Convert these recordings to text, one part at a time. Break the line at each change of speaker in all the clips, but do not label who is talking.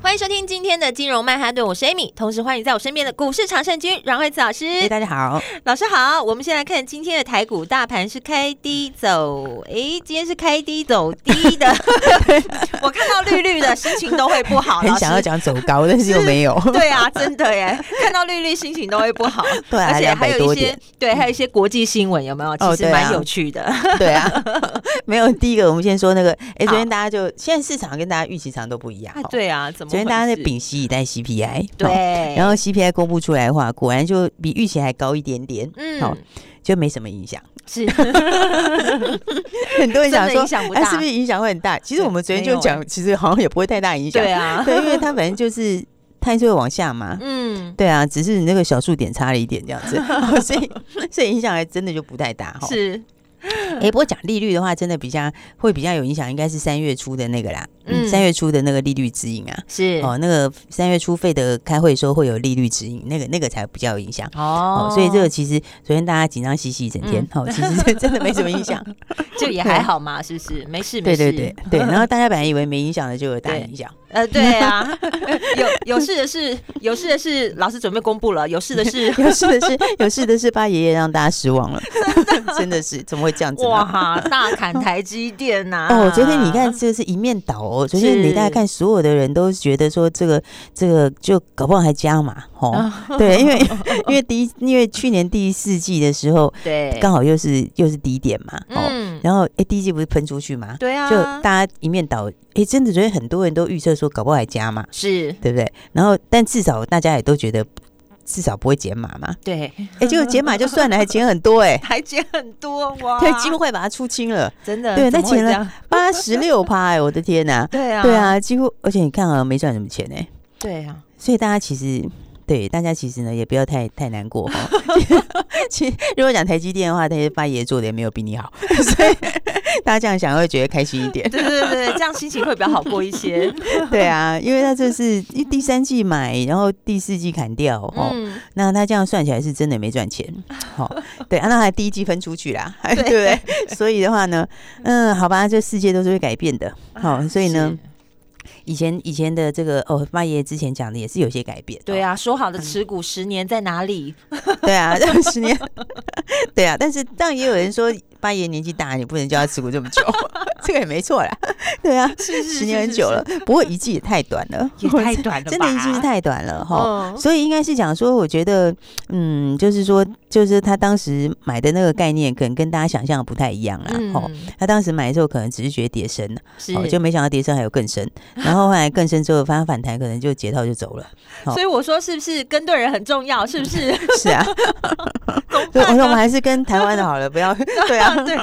欢迎收听今天的金融曼哈顿，我是 Amy，同时欢迎在我身边的股市常胜军阮惠慈老师。
哎、大家好，
老师好，我们先来看今天的台股大盘是开低 走，诶，今天是开低走低的，我看到绿绿的心情都会不好，
很想要
老师。
讲走高，但是又没有。
对啊，真的耶，看到绿绿心情都会不好，
对啊
而且还
200
有
多
一些
点
对，还有一些国际新闻有没有？
哦
其实
对啊
蛮有趣的，
对啊，没有。第一个，我们先说那个，哎、昨
好
天大家就现在市场跟大家预期场都不一样、
哎
哦。，
对啊，怎么
昨天大家在
回事
屏息以待 CPI，
对
哦，然后 CPI 公布出来的话，果然就比预期还高一点点，好
嗯，
就没什么 影响。
是
很多人想
真的
说
影响不，
哎、
大
是不是影响会很大？其实
对
我们昨天
没有
就
哎
讲，其实好像也不会太大影响。
对啊，
对，因为它反正就是它还是会往下嘛。
嗯，
对啊，只是你那个小数点差了一点 这样子，哦所以所以影响还真的就不太大哈。
是，
哎、不过讲利率的话，真的比较会比较有影响，应该是三月初的那个啦，嗯，
嗯
三月初的那个利率指引啊，
是
哦，那个三月初费的开会的时候会有利率指引，那个那个才比较有影响。
哦
哦，所以这个其实昨天大家紧张兮兮一整天，哦，其实 真的没什么影响。
就也还好嘛，是不是？没事，没
对
事，
对对 对，然后大家本来以为没影响的，就有大
对
影响。
呃，对啊， 有有事的是有事的是老师准备公布了，有事 的是
有事的是，有事的是，八爷爷让大家失望了， 真的是怎么会这样子呢？啊
哇，大砍台积电啊呐、
哦，昨天你看，这是一面倒哦。昨
是
天你大家看，所有的人都觉得说这个这个就搞不好还加码哦。 对，因为因为第一，因为去年第四季的时候，
对，
刚好又是又是低点嘛，哦，
嗯，
然后哎，第一季不是喷出去嘛，
对啊，
就大家一面倒，哎，真的昨天很多人都预测说搞不好还加码，
是，
对不对？然后但至少大家也都觉得。至少不会减码嘛？
对，
哎、结果减码就算了，还减很多 哎、
台积很多哇，
对，几乎快把它出清了，
真的
对
怎
那
么会这
钱了
样？
八十六趴哎，我的天呐、
对啊，
对，啊，几乎，而且你看啊，没赚什么钱哎、
对啊，
所以大家其实。对大家其实呢也不要太太难过哈。 其实如果讲台积电的话，那些八爷做的也没有比你好， 所以大家这样想会觉得开心一点。
对对对， 这样心情会比较好过一些。
对啊，因为他这是一第三季买，然后第四季砍掉 哦，
嗯，
那他这样算起来是真的没赚钱。好、对啊，那还第一季分出去 啦，对不对？所以的话呢，嗯，好吧，这世界都是会改变的。
啊
好、所以呢，以前以前的这个哦，八爷之前讲的也是有些改变。
对
啊。
啊，说好的持股十年在哪里？
对啊， 二十年，对啊，但是当然也有人说八爷年纪大，你不能叫他持股这么久， 这个也没错啦。对啊，
是是
十年很久了，，不过一季也太短 了，
也太短了吧，
真的一季是太短了哈。
哦，
所以应该是讲说，我觉得，嗯，就是说，就是他当时买的那个概念，可能跟大家想象的不太一样啦。
嗯，
哦，他当时买的时候，可能只是觉得跌深了，
是
哦，就没想到跌深还有更深。然后后来更深之后，发现反弹，可能就解套就走了。 好
所以我说是不是跟对人很重要？是不 是？
是啊，所以我说我们还是跟台湾的好了，不要 对 啊，
对，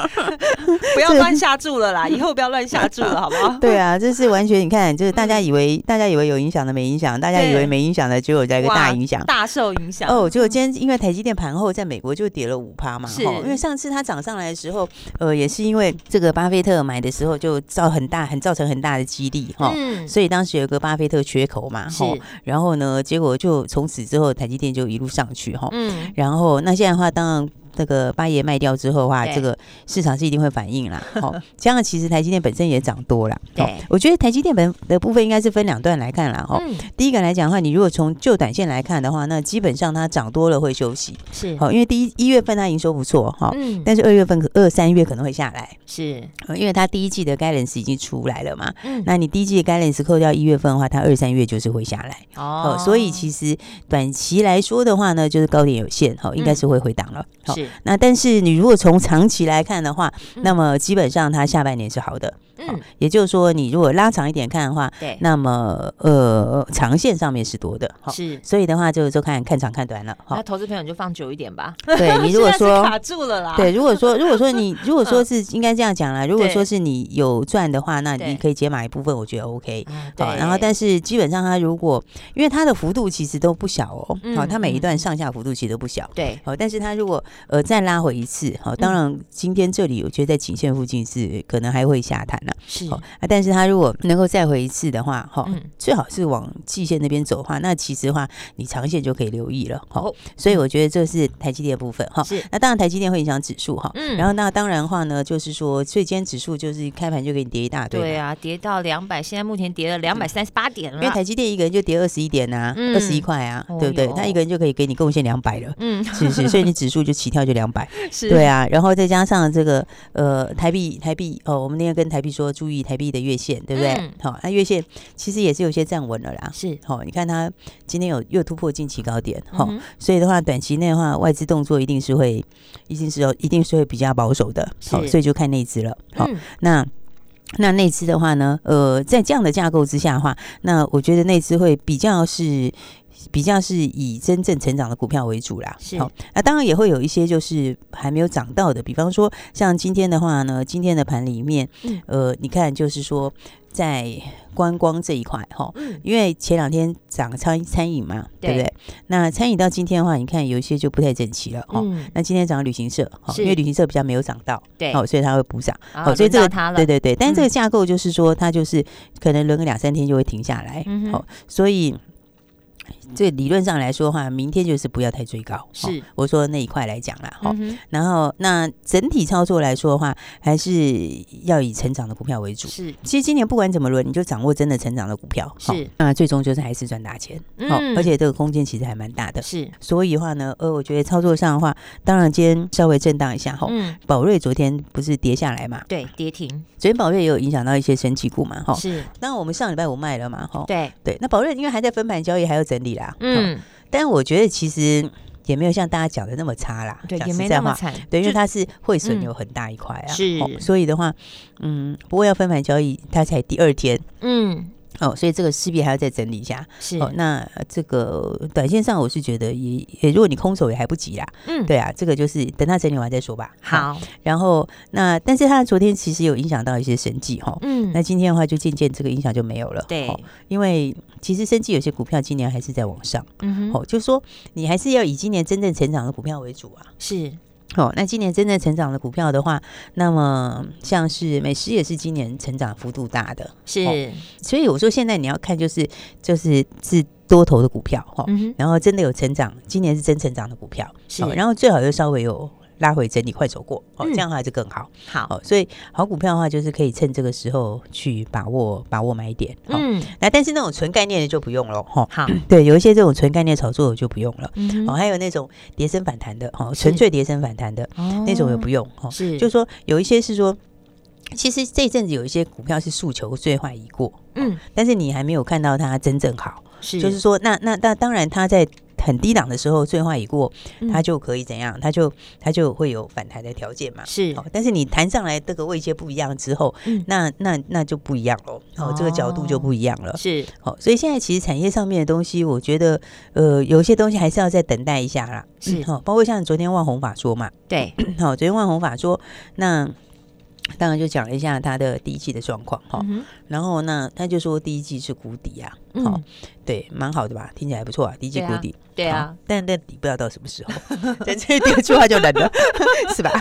不要乱下注了啦，以后不要乱下注了，好不好？
对啊，这是完全你看，就是大家以为、大家以为有影响的没影响，大家以
对
为没影响的，结果在一个大
哇
影响。
大受影响。
啊哦，结果今天因为台积电盘后在美国就跌了五趴嘛，
是
吼因为上次它涨上来的时候，呃，也是因为这个巴菲特买的时候就造很大、很造成很大的激励哈。吼
嗯，
所以当时有个巴菲特缺口嘛，
是，
吼然后呢，结果就从此之后台积电就一路上去哈，吼
嗯，
然后那现在的话，当然那个八爷卖掉之后的话，
对
这个市场是一定会反应啦。 哦，这样其实台积电本身也涨多了。
对
哦，我觉得台积电本的部分应该是分两段来看啦。哦，
嗯，
第一个来讲的话，你如果从旧短线来看的话，那基本上它涨多了会休息。
是，
好、因为第一一月份它营收不错哈。哦
嗯，
但是二月份、二三月可能会下来，
是，
呃因为它第一季的 guidance 已经出来了嘛。
嗯，
那你第一季的 guidance 扣掉一月份的话，它二三月就是会下来。哦，所以其实短期来说的话呢，就是高点有限，哦，应该是会回档了。好
嗯是，
那但是你如果从长期来看的话，
嗯
那么基本上它下半年是好的，
嗯，
也就是说你如果拉长一点看的话，
对，
那么呃长线上面是多的，好，
是。
所以的话就就看看长看短了，
那
好，
投资朋友你就放久一点吧。
对你如果
现在是
说
卡住了啦，
对，如果说如果说你如果说是应该这样讲啦，如果
对
说是你有赚的话，那
对
你可以解码一部分，我觉得 OK。
啊，对，
好，然后但是基本上它如果因为它的幅度其实都不小哦，好，
嗯
它每一
嗯
段
嗯
上下幅度其实都不小。
对，嗯
好，但是它如果呃再拉回一次，好，当然今天这里我觉得在颈线附近是可能还会下探呢、
是
啊。，好，啊，但是它如果能够再回一次的话，哈、
嗯，
最好是往季线那边走的话，那其实的话，你长线就可以留意了。好、
哦
所以我觉得这是台积电的部分哈。
是，
那当然台积电会影响指数哈。
嗯
然后那当然的话呢，就是说，所以今天指数就是开盘就给你跌一大堆。
对。啊，跌到两百，现在目前跌了两百三十八点
因为
了。
台积电一个人就跌二十一点呐、啊，
嗯
二十一块啊，
哦
对不对
哟？
他一个人就可以给你贡献两百了，
嗯，
是 不是？所以你指数就起跳就两百，
是，
对啊。然后再加上这个呃台币台币哦，我们那天跟台币说注意台币的月线，对不对
嗯？
好、那、月线其实也是有些站稳了啦，
是，
好、你看它今天有又突破近期高点，哈、
嗯哼
所以的话，短期内的话，外资动作一定是会，一定是有，一定是会比较保守的，好、
是
所以就看内资了，好、
嗯
那。那内资的话呢，呃，在这样的架构之下的话，那我觉得内资会比较是比较是以真正成长的股票为主啦。
是
好，那当然也会有一些就是还没有涨到的，比方说像今天的话呢，今天的盘里面，
嗯
呃，你看就是说在观光这一块哈，
嗯，
因为前两天涨餐餐饮嘛，
对
对不对？那餐饮到今天的话，你看有一些就不太整齐了哦。
嗯，
那今天涨旅行社，哦
是
因为旅行社比较没有涨到，
对，
哦，所以它会补涨。
啊
所以
轮
这
到
个
它了，
对对对，但是这
嗯
个架构就是说，它就是可能轮个两三天就会停下来
嗯哼，
哦，所以。这理论上来说的话，明天就是不要太追高。哦
是
我说那一块来讲啦，哈、
嗯哼，
然后那整体操作来说的话，还是要以成长的股票为主。
是，
其实今年不管怎么轮，你就掌握真的成长的股票，
是
好那最终就是还是赚大钱，好
嗯
而且这个空间其实还蛮大的。
是，
所以的话呢，呃，我觉得操作上的话，当然今天稍微震荡一下哈。
嗯，
宝瑞昨天不是跌下来嘛？
对，跌停，
昨天宝瑞也有影响到一些神奇股嘛，哈。
是，
当然我们上礼拜五卖了嘛，哈。
对，
对，那宝瑞因为还在分盘交易，还要整理啦。嗯。
嗯，
但我觉得其实也没有像大家讲的那么差啦。
对，
讲
也
实
没
在
那么
话
惨，
对，因为
就
它是汇损
嗯
有很大一块啊，
是
哦所以的话，嗯，不过要分盘交易，它才第二天
嗯，
哦，所以这个势必还要再整理一下
是，
哦。那呃这个短线上，我是觉得也也，如果你空手也还不急啦，
嗯，，
对啊，这个就是等它整理完再说吧。哦，
好，
然后那但是它昨天其实有影响到一些生计哈、哦，
嗯，
那今天的话就渐渐这个影响就没有了，
对，
哦因为其实生计有些股票今年还是在往上，
嗯哼，
哦，就说你还是要以今年真正成长的股票为主啊。
是，
哦，那今年真正成长的股票的话，那么像是美食也是今年成长幅度大的，
是，
所以我说现在你要看就是就是是多头的股票哈、哦
嗯哼，
然后真的有成长，今年是真成长的股票，
是
哦，然后最好又稍微有拉回整理快走过，哦，
嗯
这样的话就更好
好，
哦。所以好股票的话，就是可以趁这个时候去把握把握买点。哦
嗯，
那但是那种纯概念的就不用了哈、哦，
好，
对，有一些这种纯概念炒作的就不用了。
嗯哼
哦，还有那种跌升反弹的，哦，
是
纯粹跌升反弹的，
哦
那种也不用哦。
是，
就说有一些是说，其实这一阵子有一些股票是诉求最坏已过，
嗯，
但是你还没有看到它真正好。
是，
就是说，那那那当然，它在很低档的时候最坏已过，
嗯
它就可以怎样？它就它就会有反弹的条件嘛。
是
哦，但是你弹上来这个位阶不一样之后，
嗯
那那那就不一样喽。哦，这个角度就不一样了。
是，
哦，所以现在其实产业上面的东西，我觉得呃，有一些东西还是要再等待一下啦。
是
哦，包括像昨天万宏法说嘛，
对，
好、昨天万宏法说，那当然就讲了一下他的第一季的状况哈、
嗯
然后那他就说第一季是谷底啊，
哼，
好、
嗯，
对，蛮好的吧，听起来还不错啊，第一季
对啊
谷底。
对啊
好，，但但底不知道到什么时候， 但这第二句话就难了， 是吧？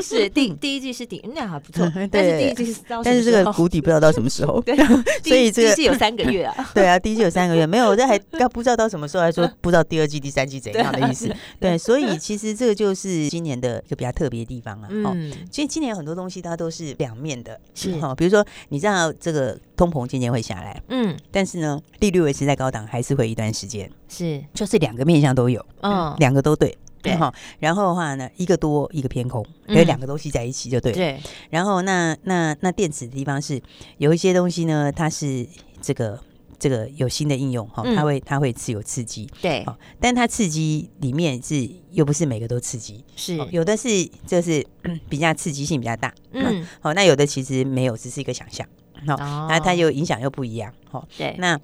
是第第一季是顶，嗯那还不错
对，
但是第一季是到什么时候，，
但是这个谷底不知道到什么时候
对，第一
所以这
第一
个
季有三个月 啊，
对啊，第一季有三个月，没有，这还要不知道到什么时候，还说
嗯
不知道第二季、第三季怎样的意思。 对，所以其实这个就是今年的一个比较特别的地方啊。哦，
嗯，
所以今年有很多东西它都是两面的，
是
哈、比如说你知道这个通膨今年会下来，
嗯，
但是呢，利率维持在高档还是会一段时间，
是，
就是两个面向都有，
嗯，
两个都对。
对
哈，然后的话呢，一个多，一个偏空，
嗯
有两个东西在一起就对了。
对，
然后那那那电子的地方是有一些东西呢，它是这个这个有新的应用哈，
嗯
它会它会自有刺激，
对，
好但它刺激里面是又不是每个都刺激，
是，
哦有的是就是 嗯比较刺激性比较大，嗯，
嗯，
好、那有的其实没有，只是一个想象，好、
哦
那它有影响又不一样，好、
对，
那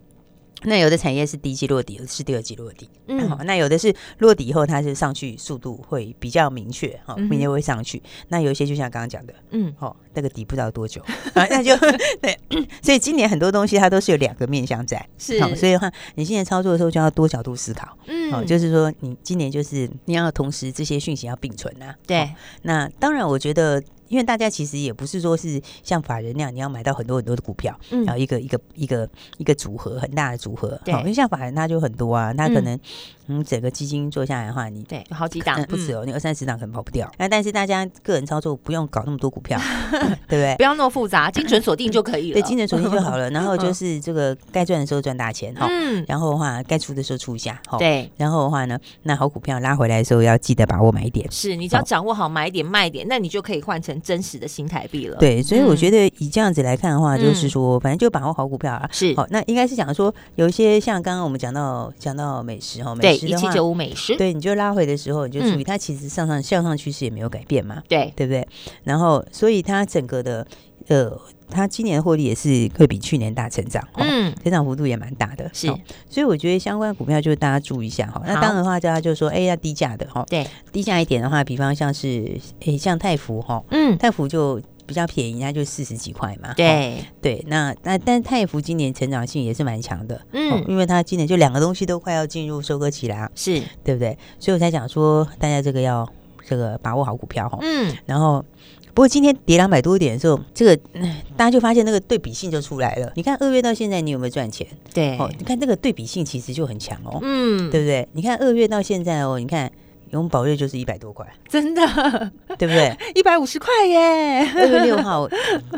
那有的产业是第一季落底，有的是第二季落底，
嗯
好那有的是落底以后它是上去速度会比较明确，哈、
嗯哼
明确会上去，那有一些就像刚刚讲的，
嗯，
哦，那个底不知道多久， 啊、那 就对，所以今年很多东西它都是有两个面向在，
是
好所以的话，你现在操作的时候就要多角度思考，
嗯，
哦，就是说你今年就是你要同时这些讯息要并存啊，哦
对，
那当然，我觉得，因为大家其实也不是说是像法人那样，你要买到很多很多的股票，
嗯
然后一个一个一个一个组合很大的组合。
对
好因为像法人他就很多啊，他可
嗯
能嗯整个基金做下来的话，你。
对，有好几
嗯
档，
不止
嗯
哦，你二三十档可能跑不 掉。那、但是大家个人操作不用搞那么多股票，对不
不要那么复杂，精准锁定就可以了。
对？对，精准锁定就好
了。
了。然后就是这个该赚的时候赚大钱哈、
嗯，
然后的话该出的时候出一下哈。。
对，
然后的话呢，那好股票拉回来的时候要记得把握买一点。
是你只要
好
掌握好买点卖点，那你就可以换成真实的新台币了。，
对，所以我
嗯
觉得以这样子来看的话，就是
嗯
说，反正就把握好股票啊。
是
好，那应该是讲说，有一些像刚刚我们讲到讲到美食哈，
对，
美食
一
的
七
话，
九五美食，
对，你就拉回的时候你就注意，
嗯
它其实上上向上趋势也没有改变嘛，
对，
对不对？然后，所以它整个的呃，它今年的获利也是会比去年大成长，嗯，
嗯，
成长幅度也蛮大的，
是
哦所以我觉得相关股票就是大家注意一下哈。那
好
当然的话，大家就说，哎，要低价的哈，
对，
低价一点的话，比方像是哎，像泰福哈，
嗯，
泰福就比较便宜，它就四十几块嘛。哦
对，
对，那那但泰福今年成长性也是蛮强的，哦，
嗯，
因为它今年就两个东西都快要进入收割期啦，
是，
对不对？所以我才讲说大家这个要这个把握好股票哈、哦。
嗯，
然后，不过今天跌两百多点的时候，这个、嗯大家就发现那个对比性就出来了。你看二月到现在，你有没有赚钱？
对，
哦，你看这个对比性其实就很强哦，
嗯，
对不对？你看二月到现在哦，你看我们宝瑞就是一百多块，
真的，
对不对？
一百五十块 耶，
二月六号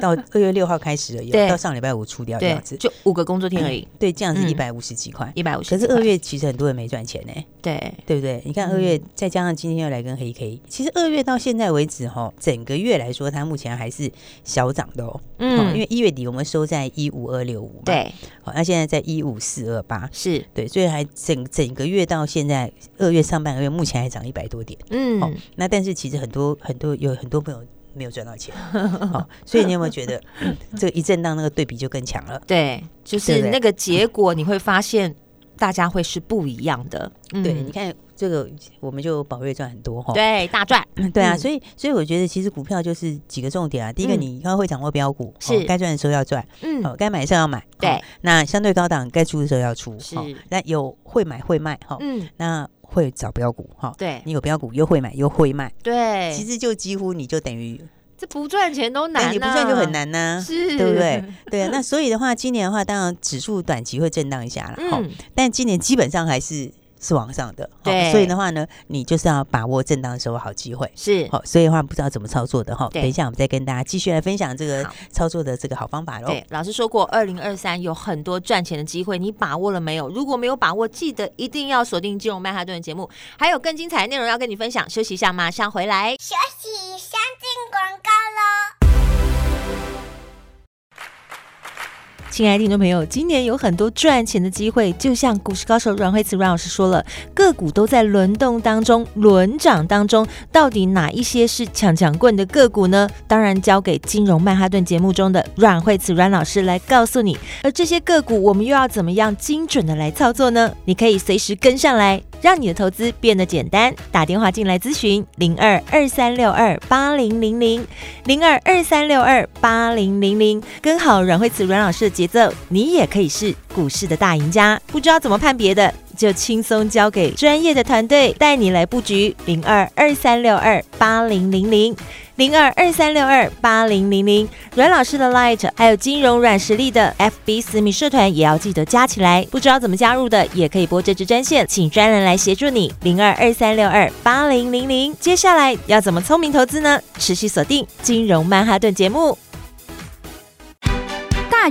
到二月六号开始而已哦，
对
到上礼拜五出掉这
对
样，子，
就五个工作天而已，
对，这样子
嗯
一百五十几块。
一百五十。
可是二，月其实很多人没赚钱呢、
对，
对不对？你看二月，
嗯
再加上今天又来跟黑 K，其实二月到现在为止哈，整个月来说，它目前还是小涨的哦。哦因
嗯，
为一月底我们收在一五二六五，，
对，
好，那现在在一五四二八，
是，
对，所以还整整个月到现在二月上半个月，目前还涨一百多点。好
嗯，
那但是其实很多很多有很多朋友没有赚到钱，好、所以你有没有觉得嗯这一震荡那个对比就更强了？
对，就
哦对
是
不对
那个结果，你会发现大家会是不一样的。嗯
对，你哦看这个我们就宝瑞赚很多哈。
对，大赚，
对啊，
嗯
所以所以我觉得其实股票就是几个重点啊。第一个，
嗯
你要会掌握标股，
是
哦该赚的时候要赚，
嗯，
哦，该买的时候要买，
对
哦那相对高档该出的时候要出，
是
哦那有会买会卖哈，哦
嗯，
那会找标股哈，哦
对
你有标股又会买又会卖，
对，
其实就几乎你就等于，
这不赚钱都难、
但
啊，
你不赚就很，难呐，
是，
对不对？？ 对啊，那所以的话，今年的话，当然指数短期会震荡一下啦，好、
嗯，
但今年基本上还是是往上的，齁
对
所以的话呢，你就是要把握震荡的时候好机会。
是，
好，所以的话不知道怎么操作的哈，齁
对
等一下我们再跟大家继续来分享这个
好
操作的这个好方法喽。
对，老师说过，二零二三有很多赚钱的机会，你把握了没有？如果没有把握，记得一定要锁定金融曼哈顿的节目，还有更精彩的内容要跟你分享。休息一下，马上回来。
起相进广告喽。
亲爱的听众朋友，今年有很多赚钱的机会，就像股市高手阮慧慈阮老师说了，个股都在轮动当中、轮涨当中，到底哪一些是抢抢棍的个股呢？当然交给金融曼哈顿节目中的阮慧慈阮老师来告诉你。而这些个股，我们又要怎么样精准的来操作呢？你可以随时跟上来，让你的投资变得简单。打电话进来咨询零二二三六二八零零零。零二二三六二八零零零，跟好阮慧慈阮老师的节奏，你也可以是股市的大赢家。不知道怎么判别的，就轻松交给专业的团队带你来布局。零二二三六二八零零零。零二二三六二八零零零，阮老师的 Light，还有金融软实力的 FB 私密社团也要记得加起来。不知道怎么加入的，也可以拨这支专线，请专人来协助你。零二二三六二八零零零，接下来要怎么聪明投资呢？持续锁定金融曼哈顿节目。
大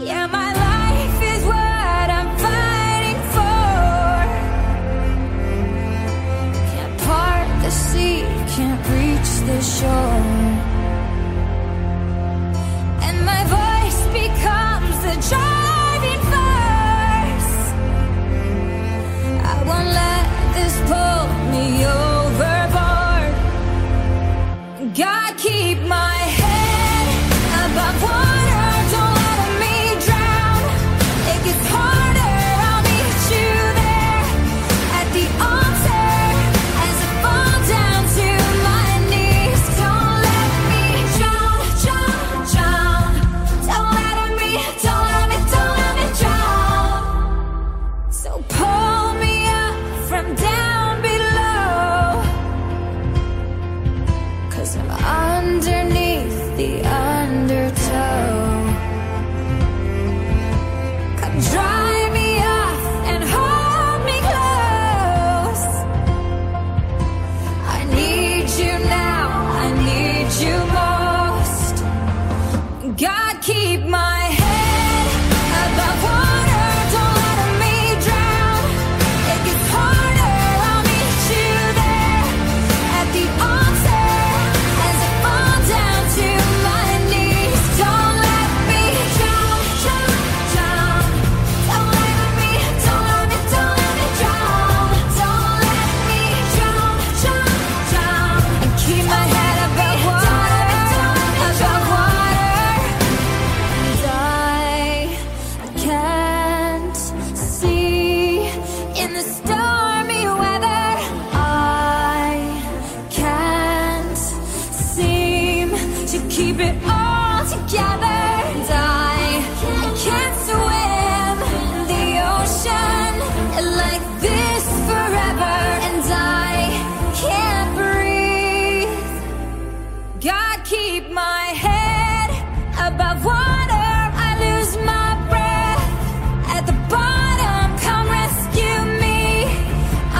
Yeah, my life is what I'm fighting for. Can't part the sea, can't reach the shore. And my voice becomes the driving force. I won't let this pull me overboard. God keep my head above water, don't let me drown. It gets harder, I'll meet you there at the altar as I fall down to my knees. Don't let me drown, drown, drown. Don't let me, don't let me, don't let me drown. So pull me up from down below. Cause I'm underneath the undertow. Come dry me off and hold me close. I need you now, I need you most. God keep my head above water. Don't let me drown. It gets harder. I'll meet you there at the altar as I fall down to my knees. Don't let me drown, drown, drown. Don't let me, don't let me, don't let me drown. Don't let me drown, drown, drown. And keep my head above water, above water die. I can't see in the stormy weather. I can't seem to keep it all together. Die. I can't swim in the ocean like this forever. And I can't breathe. God keep my head above water. I lose my breath at the bottom. Come rescue me.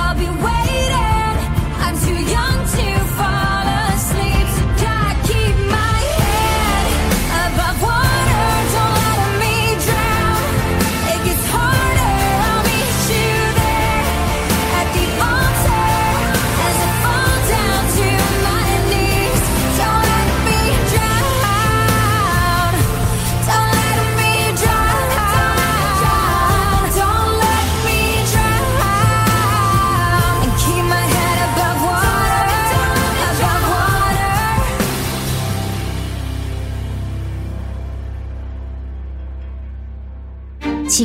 I'll be waiting. I'm too young to fall asleep. So God keep my head above water. Don't let me drown. It gets harder. I'll meet you there at the altar as I fall down to my knees. Don't let me drown. Don't let me drown. Don't let me drown. And keep my head above water. Above water.
奇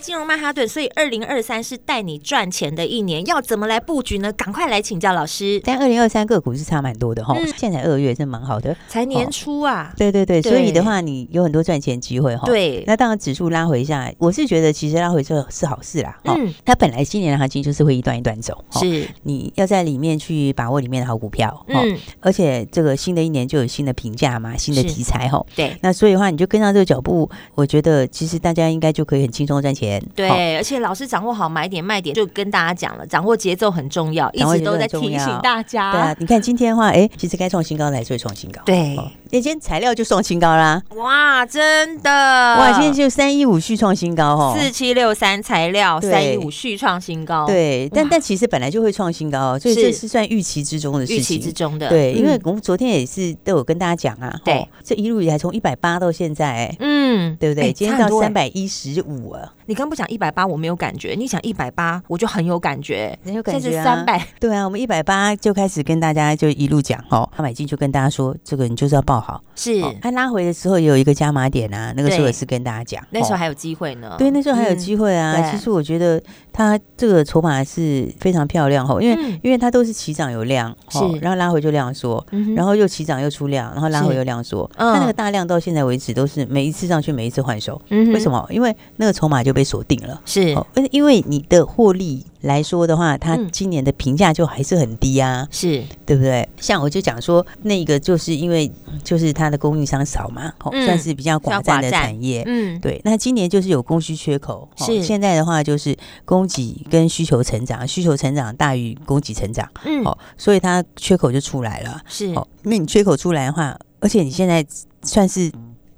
金融曼哈顿，所以二零二三是带你赚钱的一年，要怎么来布局呢？赶快来请教老师。
但二零二三个股是差蛮多的哈、
嗯
现在二月是蛮好的。
才年初啊，
对对对，所以
对
的话，你有很多赚钱机会哈。
对
那当然指数拉回下来，我是觉得其实拉回这是好事啦。哈、
嗯
它本来今年的行情就是会一段一段走，哈
是，
你要在里面去把握里面的好股票，哈
嗯，
而且这个新的一年就有新的评价嘛，新的
是
题材哈。
对
那所以的话，你就跟上这个脚步，我觉得其实大家应该就可以很轻松地赚钱。好
对，而且老师掌握好买点卖点，就跟大家讲了，掌握节奏很重要，一
掌握
直
节奏
都在
很重
提
要
醒大
对啊
家。，
你看今天的话，哎，其实该创新高的还是会创新高。
对
哦，那今天材料就创新高啦，
哇，真的
哇，
哇
今天就三一五续创新高哦。
呃四七六三材料
对
三一五续创新高，，
对，但
哇
但其实本来就会创新高，哦所以这
是
是算预期之中的事
预
情。
期之中的，
对，因为
嗯
我们昨天也是都有跟大家讲啊，
对
哦，这一路以来从一百八到现在，哎
嗯，
对不对？
哎
今天
差很
到
多哎
三百一十五了，
你刚不讲一百八，我没有感觉；你讲一百八，我就很有感觉。
很有感
现
觉
在
啊。
三百，
对啊，我们一百八就开始跟大家就一路讲哦，他买进就跟大家说，这个你就是要报好。
是
哦他拉回的时候也有一个加码点啊，那个时候
对
也是跟大家讲，
那时候
哦
还有机会呢。
对，那时候还有机会
嗯
啊。
对
其实我觉得他这个筹码是非常漂亮哈，因为、
嗯
因为它都是起涨有量，
是
然后拉回就量缩，
嗯，
然
后
后又起涨又出量，然后拉回
是
又量缩。
嗯
它那个大量到现在为止都是每一次上去，每一次换手。为什
么
么？因为那个筹码就被锁定了。
嗯是
哦，因因为你的获利来说的话，它
嗯
今年的评价就还是很低啊，
是
对不对？像我就讲说，那个就是因为就是它的供应商少嘛，哦，
嗯
算是比较
比较
寡占
寡
的
占
产业。
嗯
对，那今年就是有供需缺口，哦
是
现在的话就是供给跟需求成长，需求成长大于供给成长，
嗯
哦，所以它缺口就出来了。
是
哦，那你缺口出来的话，而且你现在算是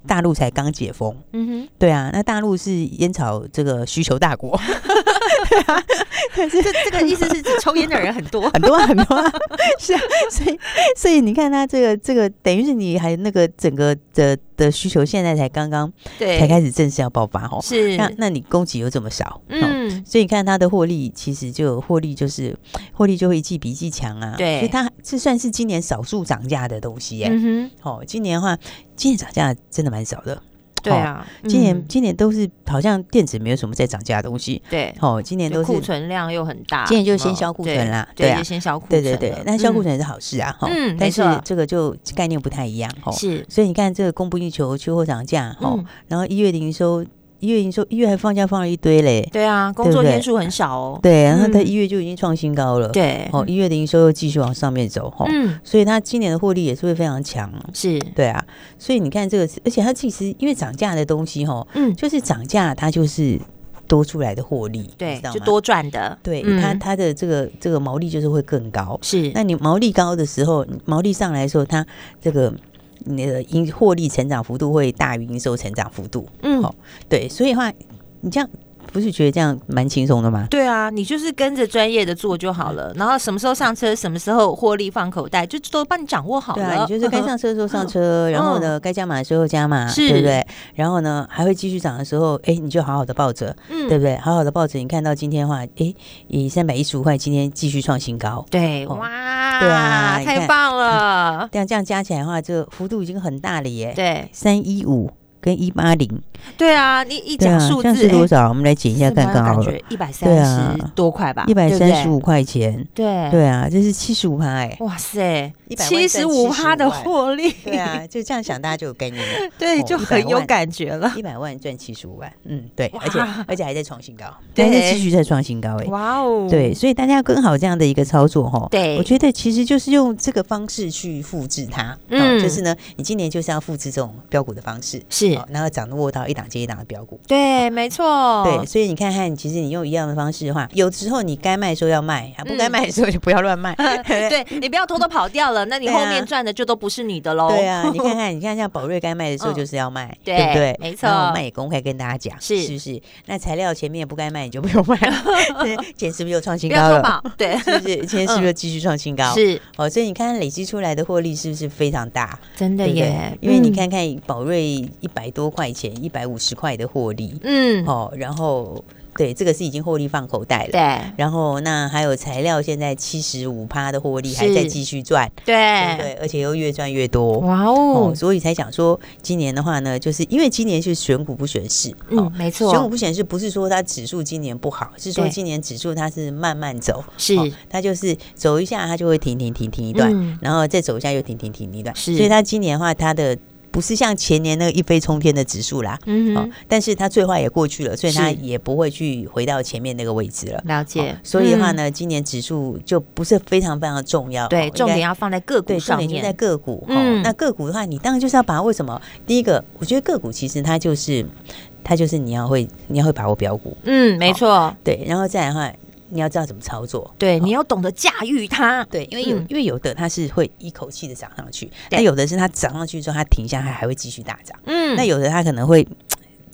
大陆才刚解封，
嗯
对啊，那大陆是烟草这个需求大国，
哼，这这个意思是指抽烟的人很多
很多啊很多、啊，是啊，所以所以你看它这个这个，等于是你还那个整个的的需求现在才刚刚
对
才开始正式要爆发哦，
是
那那你供给又这么少，嗯。
嗯
所以你看它的获利，其实就获利就是获利就会一季比一季强啊。
对
所以它这算是今年少数涨价的东西耶、
嗯哼，
哦，今年的话，今年涨价真的蛮少的。
对啊，
今年、
嗯
今年都是好像电子没有什么在涨价的东西。
对，
哦，今年
就
都是
库存量又很大，
今年就
什么
先销库
对
存啦
对，
对啊
就先销库
对
存
对
了，
对，那销库
嗯
存也是好事啊，哈、
嗯没
但是
错
这个就概念不太一样，哈、
是
所以你看这个供不应求，缺货涨价，哈、
嗯
然后一月的营收，一月营收，一月还放假放了一堆嘞，
对啊，工
对
作
不对
天数很少哦，
对，然后它
嗯
一月就已经创新高了，，
对，
哦，一月的营收又继续往上面走，哈、
嗯
所以它今年的获利也是会非常强，
是
对啊，所以你看这个是，而且它其实因为涨价的东西，哈，
嗯
就是涨价它就是多出来的获利，你
对
知道，
就
吗
多赚的，
对
嗯
它它的这个这个毛利就是会更高。
是
那你毛利高的时候，毛利上来的时候，它这个你的营获利成长幅度会大于营收成长幅度。
嗯
好对，所以的话，你这样不是觉得这样蛮轻松的吗？
对啊，你就是跟着专业的做就好了，然后什么时候上车，什么时候获利放口袋，就都帮你掌握好
对
了。
啊，你就是该上车的时候上 车，然后呢，该加码的时候加码，
是
对不对？然后呢，还会继续涨的时候，哎，你就好好的抱着，
嗯
对不对？好好的抱着，你看到今天的话，哎，以三百一十五块，今天继续创新高，
对，
哦
哇，
对啊你看嗯
太棒了，
这样这样加起来的话，这个幅度已经很大了耶。
对
三一五跟一八零，
对啊，你一
对
讲
啊，
数
这
字哎
样是多少？我们来减一下看看好了，
一百
对
三
啊
十多块吧，
一百三十
五，
五块钱。
对，
对啊，这是七十五趴哎。
哇塞，
100万
七十五趴的获利，
对 啊，就这样想，大家就有概念 了。
对，
哦
就很有。感觉了。
一百万赚七十五万，嗯，对，
哇
而且而且还在创新 高，
对
还在继续在创新高哎。
哇哦，
对，所以大家跟好这样的一个操作哈，
对
我觉得其实就是用这个方式去复制它，
嗯
嗯，就是呢，你今年就是要复制这种标股的方式，
是
哦，然后掌握到一档接一档的标股，
对，没错，
对，所以你看看，其实你用一样的方式的话，有时候你该卖的时候要卖，啊不该
嗯
卖的时候就不要乱 卖。
对你不要偷偷跑掉了，那你
对啊
后面赚的就都不是你的喽。
对啊，你看看，你看像宝瑞该卖的时候
哦嗯
就是要卖，
对
不对？
没错
然后我们也公开跟大家讲，
是
是不是？那材料前面也不该卖，你就不用卖了。 对今天是不是又创新
不
高
要嗯偷
了？
跑，对，
是不是？今天是不是又继续创新高？。
是
哦，所以你看累积出来的获利是不是非常大？
真的
对不对
耶，
因为你
嗯，
看看宝瑞一百多块钱，一百五十块的获利，哦
嗯，
哦，然后对，这个是已经获利放口袋了。
对
然后那还有材料，现在七十五趴的获利还
是
在继续赚，对不
对
哎
对，而且又越赚越多。
哇哦
嗯
哦，，所以才想说，今年的话呢，就是因为今年是选股不选市，哦
嗯，没
选股
错，
不选市不是说它指数今年不好，是说
对
今年指数它是慢慢走，
是
哦它就是走一下它就会停停停停一段，
嗯
然后再走一下又停停停一段，
是
所以它今年的话，它的不是像前年那个一飞冲天的指数啦，
嗯
哦
哼，，
但是它最坏也过去了，所以它
是
也不会去回到前面那个位置了。
了
哦
解。嗯
所以的话呢，今年指数就不是非常非常重
嗯
要，哦
对，重点。
应该
要放在个股
对，重
上
点就在
面，
个股。
嗯
哦，那个股的话，你当然就是要把握什么？第一个，我觉得个股其实它就是，它就是你要会，你要会把握标股，
嗯，没错，
对，然后再来的话，你要知道怎么操作。
对你要懂得驾驭它，
对，因为有、
嗯
因为有的它是会一口气的涨上去，
对
那有的是它涨上去之后它停下来还会继续大涨，
嗯，
那有的它可能会。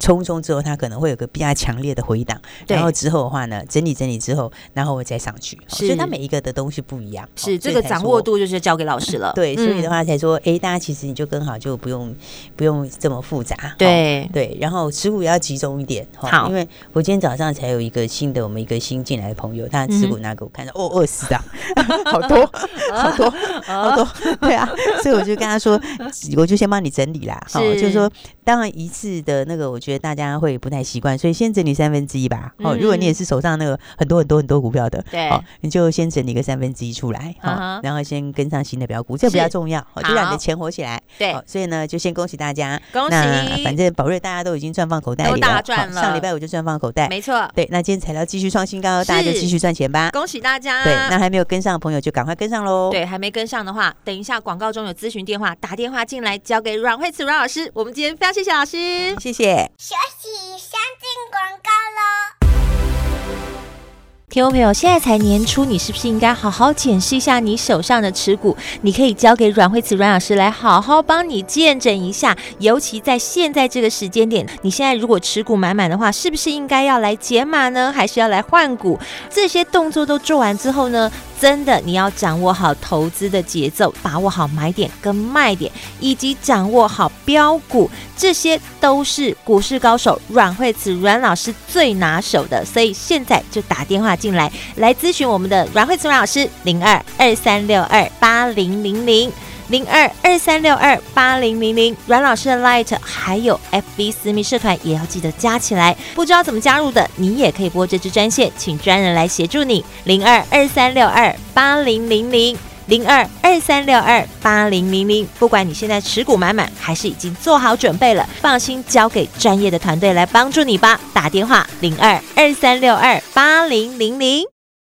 冲冲之后，它可能会有个比较强烈的回档，
对
然后之后的话呢，整理整理之后，然后我再上去，哦
是
所以它每一个的东西不一样，哦
是
所
这
以
个
才
掌
说
握度就是交给老师了，
对，所以的
嗯，
话才说，哎、大家其实你就跟好，就不用不用这么复杂。哦
对，
对，然后持股也要集中一点。哦
好
因为我今天早上才有一个新的，我们一个新进来的朋友，他持
嗯
股拿给我看到，哦，二十档， 好多，
哦
好多，好多，对 啊，所以我就跟他说，我就先帮你整理啦。哦
是
就是说，当然一次的那个，我觉得大家会不太习惯，所以先整理三分之一吧。哦，如果你也是手上那个很多很多很多股票的，
嗯对
哦，你就先整理个三分之一出来，
嗯
哈、
哼
然后先跟上新的标股，这比
是
较重要，哦就让你
好
的钱活起来。
对
哦，所以呢，就先恭喜大家，
恭
那
喜
反正宝瑞大家都已经赚放口袋
都
里了，
大
好
赚了
上礼拜我就赚放口袋，
没错，
对，那今天材料继续创新高，大家就是继续赚钱吧。
恭喜大家，
对，那还没有跟上的朋友就赶快跟上喽。
对，还没跟上的话，等一下广告中有咨询电话，打电话进来交给阮慧慈阮老师。我们今天非常谢谢老师。
谢谢。
听众朋友，现在才年初，你是不是应该好好检视一下你手上的持股？你可以交给阮慧慈阮老师来好好帮你见证一下。尤其在现在这个时间点，你现在如果持股满满的话，是不是应该要来解码呢？还是要来换股？这些动作都做完之后呢，真的你要掌握好投资的节奏，把握好买点跟卖点，以及掌握好标股，这些都是股市高手阮慧慈阮老师最拿手的。所以现在就打电话进来，来咨询我们的阮慧慈阮老师，零二二三六二八零零零。零二二三六二八零零零，阮老师的 Light 还有 FB 私密社团也要记得加起来。不知道怎么加入的，你也可以拨这支专线，请专人来协助你。零二二三六二八零零零。零二二三六二八零零零，不管你现在持股满满，还是已经做好准备了，放心交给专业的团队来帮助你吧。打电话零二二三六二八零零零。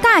大